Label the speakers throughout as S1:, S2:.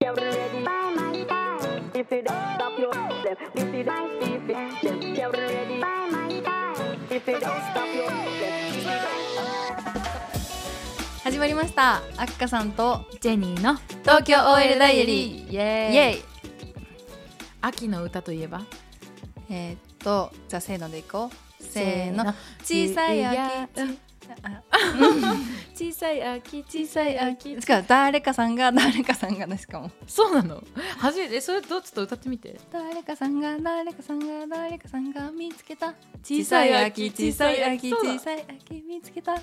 S1: You're ready by my side. If you don't stop yourself, if you don't if you don't, you're ready by my side. If you don't stop yourself, if you don't.
S2: 始まりましたあっかさんと
S3: ジェニーの
S2: 東京 OL ダイアリー
S3: イエーイ
S2: イエイ
S3: 秋の歌といえば
S2: えー、っとじゃあせーのでいこうせーの小さい秋
S3: うん 小さい秋小さい秋
S2: しかも誰かさんが誰かさんがねしかも
S3: そうなの初めてえそれどうちょっと歌ってみて
S2: 誰かさんが誰かさんが誰かさんが見つけた
S3: 小さい秋小さい秋
S2: 小さい秋見つけた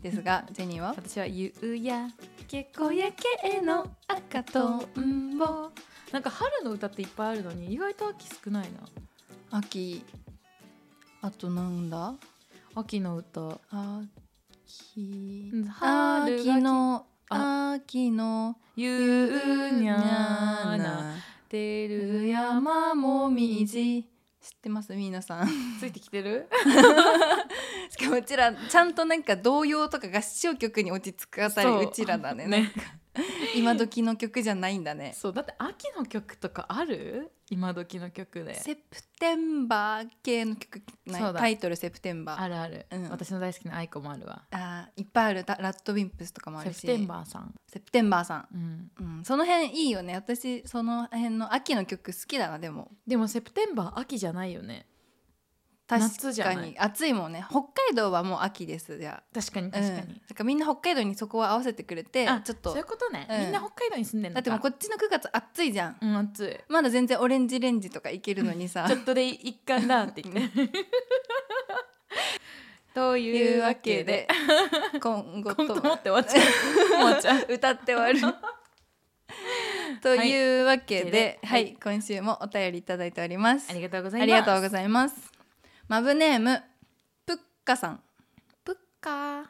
S2: ですがジェニーは
S3: 私は「ゆうやけこやけの赤とんぼ」なんか春の歌っていっぱいあるのに意外と秋少ないな
S2: 秋あとなんだ
S3: 秋の歌
S2: 秋
S3: うん春が来
S2: 秋の秋の
S3: 「ゆうにゃーな
S2: な
S3: てる
S2: る
S3: や
S2: 山
S3: ま
S2: も
S3: も
S2: み
S3: みじ
S2: じ知ってます皆さ ん」
S3: ついてきてる
S2: しかもうちらちゃんとなんか童謡とか合唱曲に落ち着かされ
S3: そう
S2: うちらだね
S3: ね
S2: 今時の曲じゃないんだね
S3: そうだって秋の曲とかある今時の曲で
S2: セプテンバー系の曲ない
S3: そうだ
S2: タイトルセプテンバーあ
S3: あるある、
S2: うん
S3: 私の大好きなアイコもあるわ
S2: あーいっぱいあるだラッドウィンプスとかもあ
S3: セ
S2: る
S3: プ
S2: し
S3: テンバーさん、
S2: セプテンバーさん、
S3: うん、
S2: うん、その辺いいよね私その辺の秋の曲好きだなでも
S3: でもセプテンバー秋じゃないよね夏
S2: 確
S3: じゃな
S2: か
S3: い
S2: に暑いもんね北海道はもう秋ですじゃあ
S3: 確かに
S2: うん
S3: 確か
S2: だ
S3: に、
S2: からみんな北海道にそこは合わせてくれて
S3: あ
S2: ちょっ
S3: そうい
S2: と
S3: うことね、
S2: うん
S3: みんな北海道に住んでん
S2: だ
S3: の
S2: って
S3: か
S2: もうこっちの9月暑いじゃん、
S3: うん暑い
S2: まだ全然オレンジレンジとかいけるのにさ
S3: ちょっとで一貫だって言 って と
S2: と
S3: いうわけで
S2: 今後
S3: コント
S2: と
S3: 持って終わっちゃ うもうちゃう
S2: 歌って終わ るというわけで、は
S3: はいい
S2: 今週もお便りいただいております
S3: ありがとうございます
S2: ありがとうございますマブネームプッカさん
S3: プッカー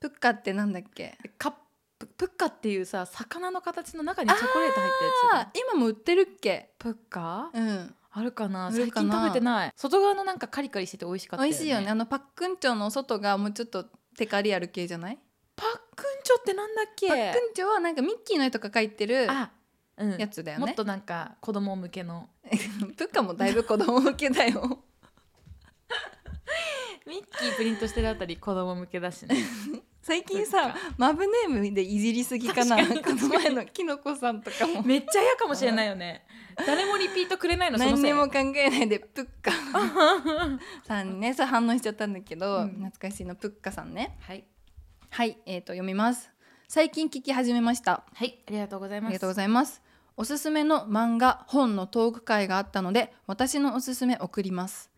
S2: プッカってなんだっけ
S3: カッププッカっていうさ魚の形の中にチョコレート入ったや
S2: あ今も売ってるっけ
S3: つプッカ
S2: うん
S3: あるかな
S2: ある
S3: 最
S2: か
S3: 近
S2: な
S3: 食べてない外側のなんかカリカリしてて美味しかった
S2: 美味しいよねあのパックンチョの外がもうちょっとテカリアル系じゃない
S3: パックンチョってなんだっけ
S2: パックンチョはなんかミッキーの絵とか描いてる
S3: あうん
S2: やつだよ
S3: もっ
S2: ね
S3: となんか子供向けの
S2: プッカもだいぶ子供向けだよ
S3: ミッキープリントしてるあたり子供向けだしね
S2: 最近さ
S3: プ
S2: マブネームでいじりすぎかな
S3: 確かに
S2: この前のキノコさんと かも
S3: めっちゃ嫌かもしれないよね誰もリピートくれないのその
S2: 何
S3: せい
S2: にも考えないでプッカさんねそれ反応しちゃったんだけど、
S3: うん
S2: 懐かしいのプッカさんね
S3: はい
S2: はいえー、と読みます最近聞き始めました
S3: はいありがとうござい
S2: あ
S3: ます
S2: りがとうございますおすすめの漫画本のトーク会があったので私のおすすめ送ります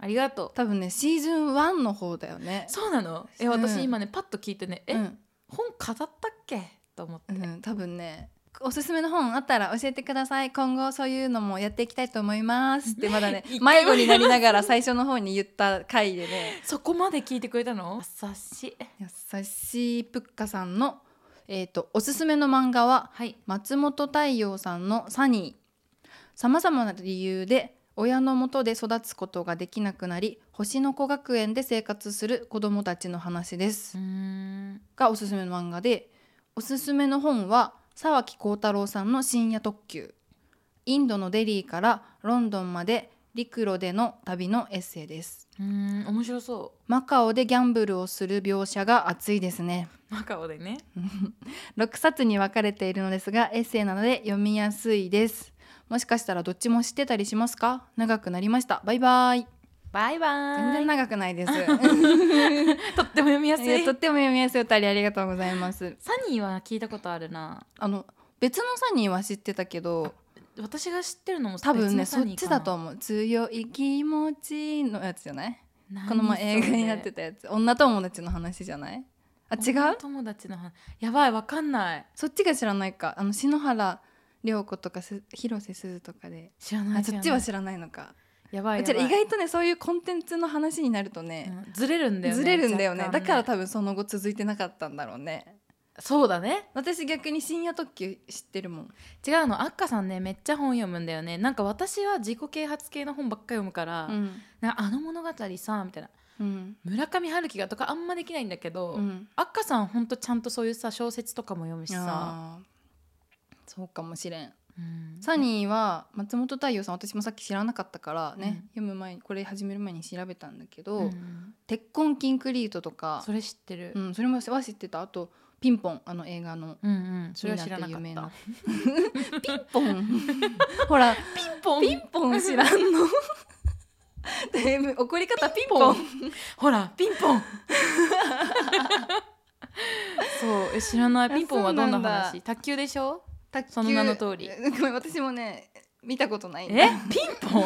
S3: ありがとう
S2: 多分ねシーズン1の方だよね
S3: そうなの
S2: う
S3: え
S2: ん
S3: 私今ねパッと聞いてねえ、
S2: うん
S3: 本飾ったっけと思って、
S2: うん、多分ねおすすめの本あったら教えてください今後そういうのもやっていきたいと思いますってまだね
S3: 一
S2: 迷
S3: 回も
S2: 子になりながら 最初の方に言った回でね
S3: そこまで聞いてくれたの優しい
S2: 優しいぷっかさんの、えー、とおすすめの漫画は
S3: はい
S2: 松本太陽さんの「サニー」さまざまな理由で親のもとで育つことができなくなり星の子学園で生活する子どもたちの話です
S3: うーん
S2: がおすすめの漫画でおすすめの本は沢木幸太郎さんの「深夜特急」インドのデリーからロンドンまで陸路での旅のエッセイです
S3: うーん面白そ
S2: マカオでギャンブルをする描写が熱いですね
S3: うマカオでね
S2: 6冊に分かれているのですがエッセイなので読みやすいですもしかしたらどっちも知ってたりしますか長くなりましたバイバイ
S3: バイバ
S2: 全
S3: ーイ
S2: 然長くない です
S3: とっても読みやす
S2: いや
S3: い
S2: とっても読みやすいお便りありがとうございます
S3: サニーは聞いたことあるな
S2: あの別のサニーは知ってたけど
S3: 私が知ってるのも
S2: 多分ね
S3: 別の
S2: そ
S3: サ
S2: っ
S3: ニー
S2: ち
S3: かな
S2: だと思う強い気持ちのやつじゃない
S3: 何
S2: この前映画になって
S3: そ
S2: たやつ女友達の話じゃないあ違
S3: れ女
S2: う
S3: 友達の話やばいわかんない
S2: そっちが知らないかあの篠原涼子とかす広瀬すずとかで
S3: 知らな
S2: あ
S3: い
S2: そっちは
S3: 知
S2: 知らないのか
S3: らないうや
S2: ち
S3: ば
S2: ら
S3: いやばい
S2: 意外とねそういうコンテンツの話になるとね、
S3: うんずれるんだよね
S2: ずれるんだよね
S3: 若干
S2: だから多分その後続いてなかったんだろうね
S3: そうだね
S2: 私逆に深夜特急知ってるもん
S3: 違うのあっかさんねめっちゃ本読むんだよねなんか私は自己啓発系の本ばっか読むから、
S2: うん
S3: なんかあの物語さみたいな
S2: うん
S3: 村上春樹がとかあんまできないんだけど、
S2: うん
S3: あっかさんほんとちゃんとそういうさ小説とかも読むしさ
S2: あーそうかもしれん
S3: うん
S2: サニーは松本太陽さん私もさっき知らなかったからね、
S3: うん
S2: 読む前にこれ始める前に調べたんだけど「
S3: うん
S2: 鉄痕キンクリート」とか
S3: それ知ってる
S2: う、ん、それもは知ってたあと「ピンポン」あの映画の
S3: うんうん、それは知らなか
S2: 有名な
S3: っ
S2: ピンポン ほら
S3: た。ピンポ
S2: ピンポン知 らんので怒り方ピンポン
S3: ほら、ピンポン。 そう、え知らない。ピンポンはどんな
S2: そうなん
S3: 話？
S2: だ
S3: 卓球でしょ？
S2: 卓球
S3: その名の通り
S2: ごめん私もね見たことない
S3: え、ピン ポン。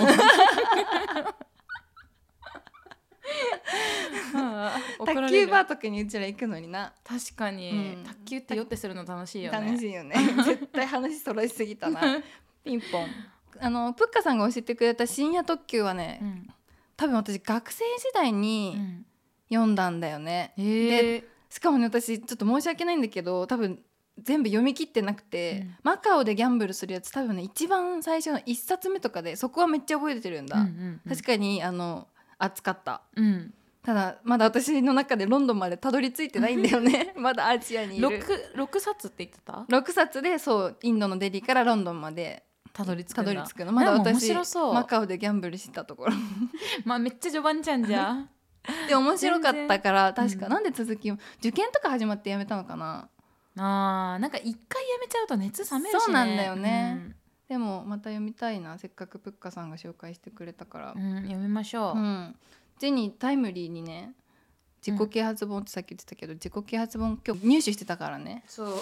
S2: 卓球バ
S3: は
S2: ーとかにうちら行くのにな
S3: 確かに、
S2: うん
S3: 卓球って酔ってするの楽しいよね。
S2: 楽しいよね絶対話揃いすぎた なピンポンあのプッカさんが教えてくれた「深夜特急」はね、
S3: うん。
S2: 多分私学生時代
S3: う
S2: に
S3: ん
S2: 読んだんだよね、
S3: えー
S2: しかもね私ちょっと申し訳ないんだけど多分全部読み切ってなくて、
S3: うん
S2: マカオでギャンブルするやつ多分ね一番最初の1冊目とかでそこはめっちゃ覚えてるんだ、
S3: うんうんうん、
S2: 確かにあの熱かった
S3: うん、
S2: ただまだ私の中でロンドンまでたどり着いてないんだよ ねまだアジアにいる
S3: 六六冊って言ってた？
S2: 6冊でそうインドのデリーからロンドンまで
S3: たどり着く
S2: た
S3: んだ
S2: どり着くのまだ
S3: でも面
S2: 私
S3: 白そう。
S2: マカオでギャンブルしてたところ
S3: まあめっちゃ序盤じゃんじゃん。
S2: で面白かったから
S3: 全然
S2: 確か、
S3: うん
S2: なんで続きを受験とか始まってやめたのかな
S3: あーなんか一回やめちゃうと熱冷めるしね
S2: そうなんだよねでもまた読みたいなせっかくプッカさんが紹介してくれたから
S3: うん、うんやめましょう、
S2: うん、ジェニータイムリーにね自己啓発本ってさっき言ってたけど、自己啓発本今日入手してたからね
S3: そう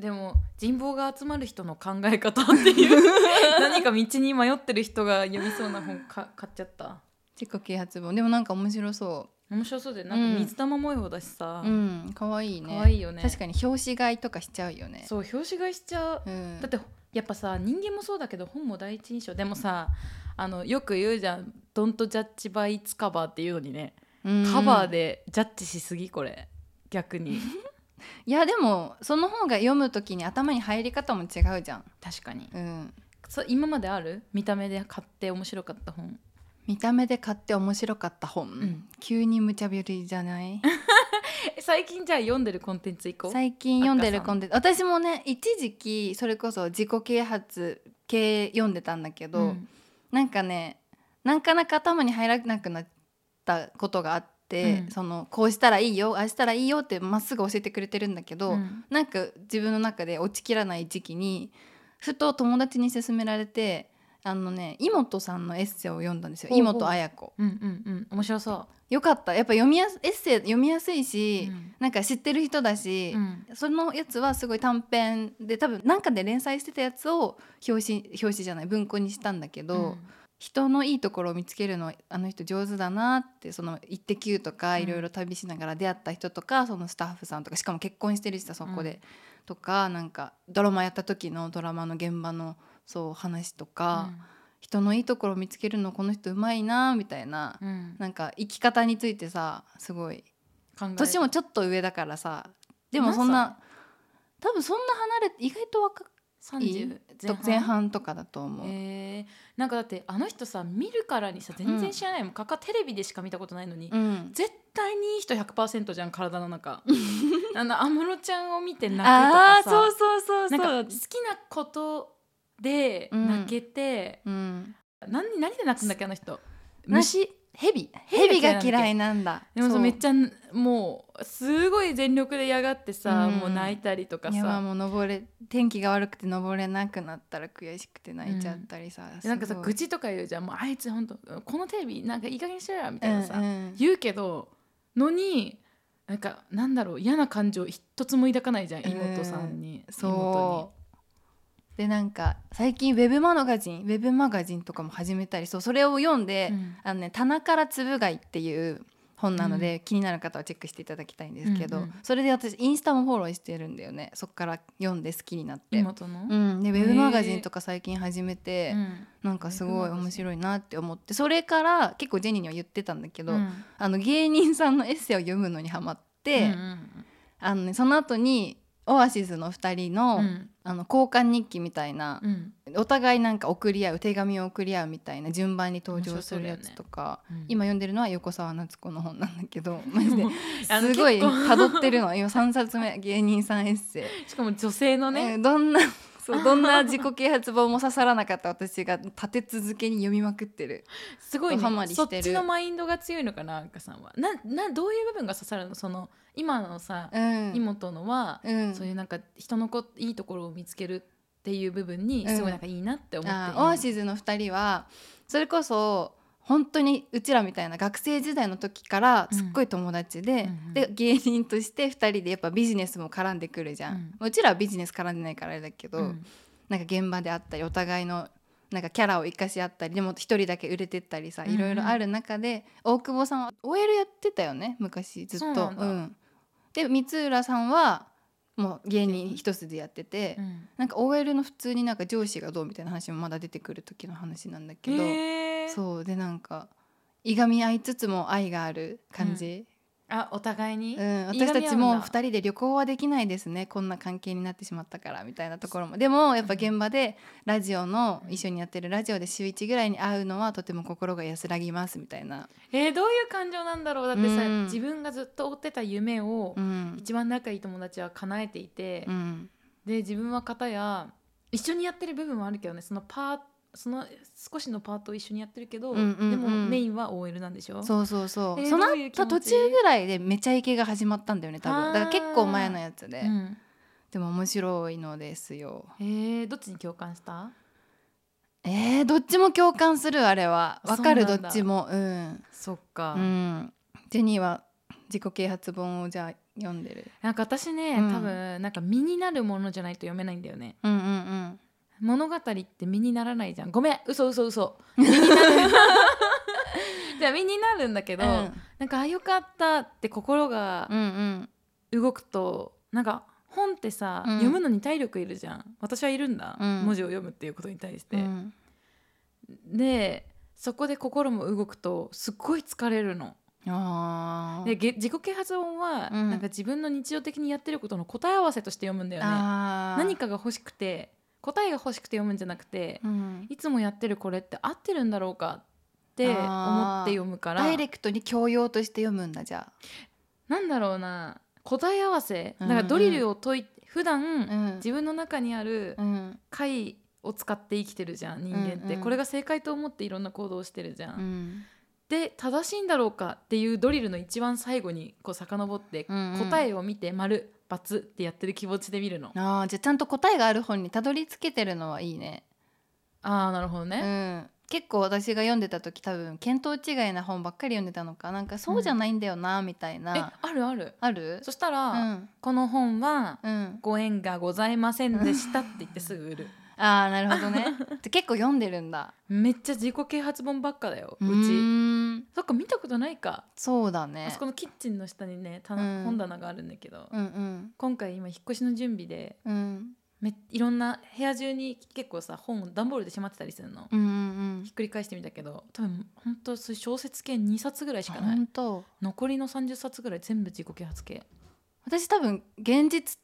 S3: でも人望が集まる人の考え方っていう 何か道に迷ってる人が読みそうな本か買っちゃった
S2: 自己啓発本でもなんか面白そ
S3: 面白そうでなんか水玉模様だし
S2: う
S3: さ、
S2: うん可愛いね
S3: 可愛いよね
S2: 確かに表紙買いとかしちゃうよね
S3: そう表紙買いしちゃう、
S2: うん、
S3: だってやっぱさ人間もそうだけど本も第一印象でもさあのよく言うじゃん「Don't judge by its cover」っていうのにね
S2: うん
S3: カバーでジャッジしすぎこれ 逆に
S2: いやでもその方が読むときに頭に入り方も違うじゃん、
S3: 確かに
S2: うん、
S3: そう今まである見た目で買って面白かった本
S2: 見た目で買って面白かった本、
S3: ん
S2: 急に無茶ぶりじゃない
S3: え最近じゃあ読んでるコンテンツいこう
S2: 最近読んでるコンテンツ私もね一時期それこそ自己啓発系読んでたんだけど、
S3: うん
S2: なんかねなかなか頭に入らなくなったことがあって、
S3: うん
S2: そのこうしたらいいよああしたらいいよってまっすぐ教えてくれてるんだけど、
S3: うん
S2: なんか自分の中で落ちきらない時期にふと友達に勧められてあのね妹さんのエッセイを読んだんですよ
S3: ほうほう
S2: 妹綾子
S3: うんうんうん面白そ、
S2: よかったやっぱ読みやすエッセイ読みやすいうし、なんか知ってる人だし、
S3: うん
S2: そのやつはすごい短編で多分なんかで連載してたやつを表紙表紙じゃない文庫にしたんだけど、人のいいところを見つけるのあの人上手だなってその「イッテ Q!」とか
S3: うん
S2: いろいろ旅しながら出会った人とか、そのスタッフさんとかしかも結婚してるしさそこで、とかなんかドラマやった時のドラマの現場のそう話とか、人のいいところを見つけるのこの人うまいなみたいな、
S3: うんうん
S2: なんか生き方についてさすごい
S3: 考える
S2: 年もちょっと上だからさでもそんな多分そんな離れて意外と若い
S3: 30
S2: と前半とかだと思う。
S3: えーなんかだってあの人さ見るからにさ全然知らないもん、かかテレビでしか見たことないのに、
S2: うん
S3: 絶対にいい人100%じゃん体の中 あの安室ちゃんを見て泣くと
S2: あ
S3: か
S2: あ
S3: さ
S2: そうそうそうそう
S3: なんか好きなことで泣けて、
S2: うん、
S3: 何何で泣くんだっけあの人
S2: な
S3: 虫ヘビ
S2: ヘビが
S3: なんだっ
S2: 嫌
S3: け
S2: いなんだ
S3: でも
S2: そ
S3: そうめっちゃもうすごい全力で嫌がってさ、
S2: うん
S3: もう泣いたりとか
S2: 山
S3: さ
S2: も登れ天気が悪くて登れなくなったら悔しくて泣いちゃったりさ、
S3: なんかさ愚
S2: チ
S3: 痴とか言うじゃんもうあいつ本当このテレビなんかいい加減にしろよみたいなさ、
S2: うんうん
S3: 言うけどのになんかなんだろう嫌な感情一つも抱かないじゃん妹さんに、妹
S2: そうでなんか最近ウェブマガジンウェブマガジンとかも始めたりそうそれを読んで、
S3: にうん
S2: あのね「棚からつぶ貝」っていう本なので、気になる方はチェックしていただきたいんですけど、
S3: うんうん
S2: それで私インスタもフォローしてるんだよねそっから読んで好きになって、
S3: 妹の、
S2: うん、でウェブマガジンとか最近始めて、
S3: うん
S2: なんかすごい
S3: ウェブマガジン
S2: 面白いなって思ってそれから結構ジェニーには言ってたんだけど、
S3: うん
S2: あの芸人さんのエッセイを読むのにハマって、
S3: うんうん
S2: あのね、その後にオアシスの2人の,、
S3: うん
S2: あの交換日記みたいな、
S3: うん
S2: お互いなんか送り合う手紙を送り合うみたいな順番に登場するやつとか、
S3: うん
S2: 今読んでるのは横澤夏子の本なんだけ どマジで
S3: もうあの
S2: すごい
S3: 結構
S2: 辿ってるの今3冊目芸人さんエッセイ。
S3: しかも女性のね、
S2: えーどんなそうどんな自己啓発本も刺さらなかった私が立て続けに読みまくってる
S3: すごい、
S2: ドハマ
S3: ね、
S2: り
S3: そ
S2: し
S3: って
S2: る
S3: ちのマインドが強いのかなあんかさんはななどういう部分が刺さるのその今のさ、
S2: うん
S3: 妹のは、
S2: うん
S3: そういうなんか人のこいいところを見つけるっていう部分に
S2: うん
S3: すごいなんかいいなって思って、
S2: あーオアシズの2人はそれこそ本当にうちらみたいな学生時代の時からすっごい友達で、
S3: うんうん
S2: で芸人として2人でやっぱビジネスも絡んでくるじゃん、うちらはビジネス絡んでないからあれだけど、
S3: うん
S2: なんか現場であったりお互いのなんかキャラを生かし合ったりでも一人だけ売れてったりさ
S3: うんうん
S2: いろいろある中で、大久保さんは OL やってたよね昔ずっと。
S3: そうなんだ
S2: んで光浦さんはもう芸人一筋やってて、
S3: うん
S2: なんか OL の普通になんか上司がどうみたいな話もまだ出てくる時の話なんだけど、
S3: へー
S2: そうでなんかいがみ合いつつも愛がある感じ、
S3: あお互いに、
S2: うん
S3: い
S2: 私
S3: がみ合うんだ
S2: たちも2人で旅行はできないですねこんな関係になってしまったからみたいなところもでもやっぱ現場でラジオの一緒にやってるラジオで週1ぐらいに会うのはとても心が安らぎますみたいな、
S3: えーどういう感情なんだろうだってさ、
S2: うん
S3: 自分がずっと追ってた夢を、
S2: うん
S3: 一番仲いい友達は叶えていて、
S2: うん
S3: で自分は方や一緒にやってる部分はあるけどねそのパーその少しのパートを一緒にやってるけど、
S2: うんうんうん
S3: でもメインは OL なんでしょ
S2: そうそうそう、
S3: えー
S2: その
S3: どういう気持
S2: 後途
S3: ち
S2: 中ぐらいでめちゃイケが始まったんだよね多
S3: あー
S2: 分だから結構前のやつで、
S3: うん
S2: でも面白いのですよ
S3: えーどっちに共感した
S2: えー、どっちも共感するあれはわかる
S3: そうな
S2: ど
S3: んだ
S2: っちもうん、
S3: そっか、
S2: うん、ジェニーは自己啓発本をじゃあ読んでる
S3: なんか私ね、
S2: うん
S3: 多分なんか身になるものじゃないと読めないんだよね
S2: うんうん
S3: 物語って身にならないじゃんごめん嘘 嘘嘘 身になるじゃあ身になるんだけ
S2: う
S3: ど、
S2: ん
S3: なんかあよかったって心が
S2: うんうん
S3: 動くとなんか本ってさ、
S2: うん
S3: 読むのに体力いるじゃん私はいるんだ、
S2: うん
S3: 文字を読むっていうことに対して、
S2: うん
S3: でそこで心も動くとすっごい疲れるの
S2: あー
S3: でげ自己啓発本は、
S2: うん
S3: なんか自分の日常的にやってることの答え合わせとして読むんだよね
S2: あー
S3: 何、かが欲しくて答えが欲しくて読むんじゃなくて、
S2: うん、
S3: いつもやってるこれって合ってるんだろうかって思って読むから
S2: ダイレクトに教養として読むんだじゃ
S3: なんだろうな答え合わせ
S2: う
S3: だ
S2: ん
S3: からドリルを解いて普段、
S2: あうん
S3: 自分の中にある
S2: うん
S3: 解を使って生きてるじゃん人間って、
S2: うんうん
S3: これが正解と思っていろんな行動をしてるじゃん。
S2: うん
S3: で正しいんだろうかっていうドリルの一番最後にこう遡って、
S2: うんうん
S3: 答えを見て丸×ってやってる気持ちで見るの。
S2: あーじゃあちゃんと答えがある本にたどり着けてるのはいいね
S3: あーなるほどね。
S2: うん、結構私が読んでた時多分見当違いな本ばっかり読んでたのかなんかそうじゃないんだよな、みたい
S3: え
S2: な
S3: あるある。
S2: ある
S3: そしたら、
S2: うん
S3: この本は
S2: うん、
S3: ご縁がございませんでしたって言ってすぐ売る。
S2: あーなるほどねで 結構読んでるんだ
S3: めっちゃ自己啓発本ばっかだよう
S2: う
S3: ち。
S2: ーん
S3: そっか見たことないか。
S2: そうだ
S3: あ
S2: ね
S3: そこのキッチンの下にね棚
S2: うん
S3: 本棚があるんだけど、
S2: うんうん
S3: 今回今引っ越しの準備で
S2: うん
S3: めいろんな部屋中に結構さ本を段ボールでしまってたりするの、
S2: うんうん
S3: ひっくり返してみたけど多分本当そういう小説系2冊ぐらいしかない
S2: 本当
S3: 残りの30冊ぐらい全部自己啓発系
S2: 私多分現実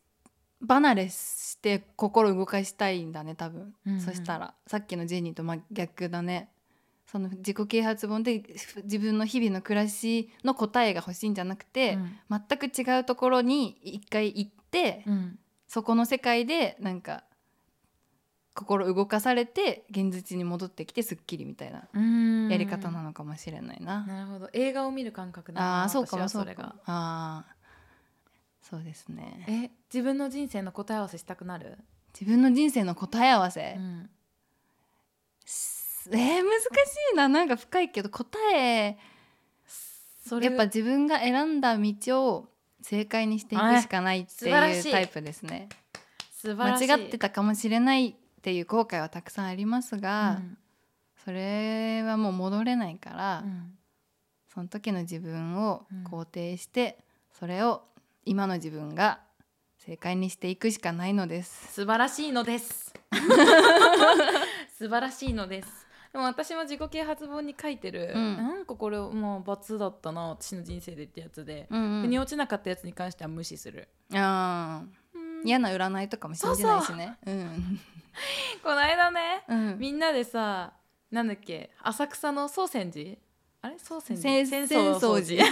S2: 離れして心動かしたいんだね多分、
S3: うんうん
S2: そしたらさっきのジェニーと真逆だねその自己啓発本でふ自分の日々の暮らしの答えが欲しいんじゃなくて、
S3: うん
S2: 全く違うところに一回行って、
S3: うん
S2: そこの世界でなんか心動かされて現実に戻ってきてすっきりみたいなやり方なのかもしれないな。
S3: なるほど映画を見る感覚だ
S2: あ
S3: な
S2: あそうか
S3: 私
S2: も
S3: は
S2: そ
S3: そうれ
S2: か
S3: が
S2: もああそうですね。
S3: え自分の人生の答え合わせしたくなる、
S2: 自分の人生の答え合わせ、
S3: うん
S2: すえー難しいななんか深いけど答え
S3: それ
S2: やっぱ自分が選んだ道を正解にしていくしかないって
S3: あれ
S2: い
S3: 素晴らしいう
S2: タイプですね。
S3: 素晴らしい
S2: 間違ってたかもしれないっていう後悔はたくさんありますが、
S3: うん
S2: それはもう戻れないから、
S3: うん
S2: その時の自分を
S3: うん
S2: 肯定して、それを今の自分が正解にしていくしかないのです。
S3: 素晴らしいのです 素晴らしいのですでも私も自己啓発本に書いてる、
S2: うん
S3: なんかこれもう罰だったな私の人生でってやつで、
S2: うん
S3: 腑
S2: う
S3: に
S2: ん、
S3: 落ちなかったやつに関しては無視する、
S2: あー
S3: うん
S2: 嫌な占いとかも信じないしね。うん
S3: この間ね
S2: うん
S3: みんなでさなんだっけ浅草の総泉寺あれ総泉寺
S2: せ
S3: 浅草寺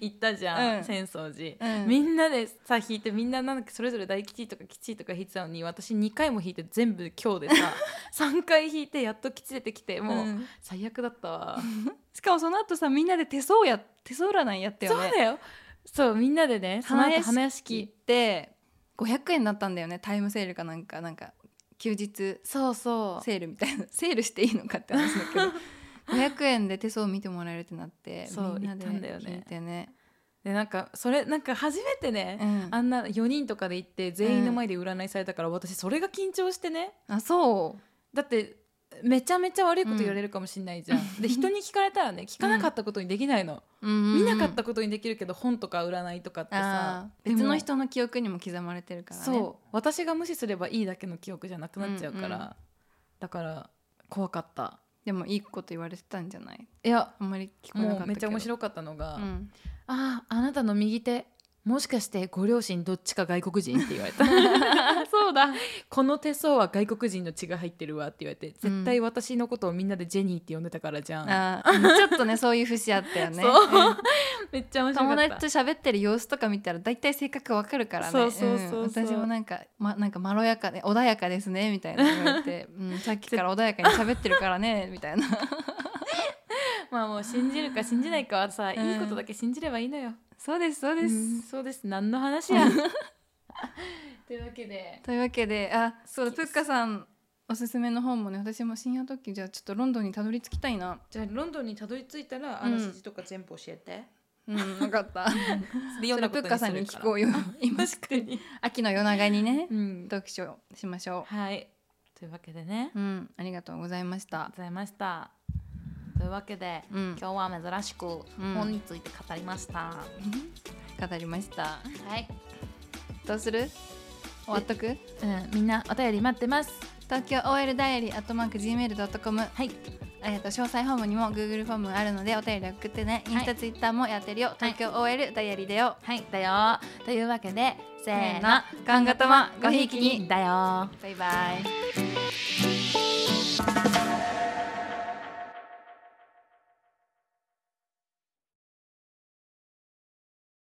S3: 行ったじゃん、
S2: うん
S3: 浅草寺、
S2: うん
S3: みんなでさ弾いてみんななんかそれぞれ大吉とか吉とか弾いてたのに私2回も弾いて全部今日で さ3回弾いてやっと吉出てきてもう、
S2: うん
S3: 最悪だったわ、
S2: しかもその後さみんなで手相や手相占いやった
S3: そ
S2: よ
S3: う
S2: ね
S3: だよそうみんなでねその後花
S2: 花
S3: 屋
S2: 屋
S3: 敷
S2: 行って500円だったんだよねタイムセールかなんかなんか休日
S3: そうそう
S2: セールみたいなセールしていいのかって話だ けど500円で手相見てもらえるってなって
S3: そう
S2: みんなで
S3: 行ったんだよね
S2: 聞いてね、
S3: でなんかそれなんか初めてね、
S2: うん
S3: あんな4人とかで行って全員の前で占いされたから、私それが緊張してね
S2: あそう
S3: だってめちゃめちゃ悪いこと言われるかもしれないじゃん、で人に聞かれたらね聞かなかったことにできないの、見
S2: 見
S3: なかったことにできるけど本とか占いとかってさ
S2: 別の
S3: で
S2: 人の記憶にも刻まれてるか
S3: も
S2: らね
S3: そう私が無視すればいいだけの記憶じゃなくなっちゃうから、
S2: うんうん
S3: だから怖かった
S2: でもいいこと言われてたんじゃない
S3: いや
S2: あんまり聞こえなかった
S3: も
S2: けど
S3: うめっちゃ面
S2: い、
S3: 白かったのが、
S2: うん、
S3: あああなたの右手もしかしてご両親どっちか外国人って言われた
S2: そうだ
S3: この手相は外国人の血が入ってるわって言われて絶対私のことをみんなでジェニーって呼んでたからじゃん、
S2: あーちょっとねそういう節あったよね
S3: そう
S2: うん
S3: めっちゃ面白か
S2: 友
S3: った
S2: 達と喋ってる様子とか見たら大体性格わかるからね
S3: そうそうそうそうん
S2: 私もなんか,、ま、なんかまろやかで穏やかですねみたいな言われて、うん、さっきから穏やかに喋ってるからねみたいな
S3: まあもう信じるか信じないかはさ、
S2: うん
S3: いいことだけ信じればいいのよ。
S2: そうですそうです、
S3: うんそうです。何の話や。 というわけで、
S2: というわけであそうだ
S3: 好き
S2: プッ
S3: です
S2: カさんおすすめの本もね私も深夜特急じゃあちょっとロンドンにたどり着きたいな
S3: じゃあロンドンにたどり着いたら、
S2: うん
S3: あらすじとか全部教えて。
S2: うん分か った
S3: で
S2: それプッカさんに聞 こうよ今
S3: 確かに。
S2: 秋の夜長にね
S3: うん。
S2: 読書しましょ
S3: はい。というわけでね。あ
S2: う
S3: り
S2: うんありがとうございまし
S3: が
S2: た
S3: とうございました。というわけで、
S2: うん
S3: 今日は珍しく
S2: ん
S3: 本について語りました。
S2: 語りました
S3: はい。
S2: どうする終わっとく
S3: うん、みんなお便り待ってます。
S2: 東京 OL ダイアリーアットマーク Gmail.com はいえっと詳細フォームにも Google フォームあるのでお便り送ってね、
S3: はい
S2: インスタツイッターもやってるよ東京 OL ダイアリーだよ、
S3: はい、だよ。というわけで、せー
S2: せー
S3: の
S2: の、
S3: ガンガタマごひいきに、だよ。
S2: バイバイ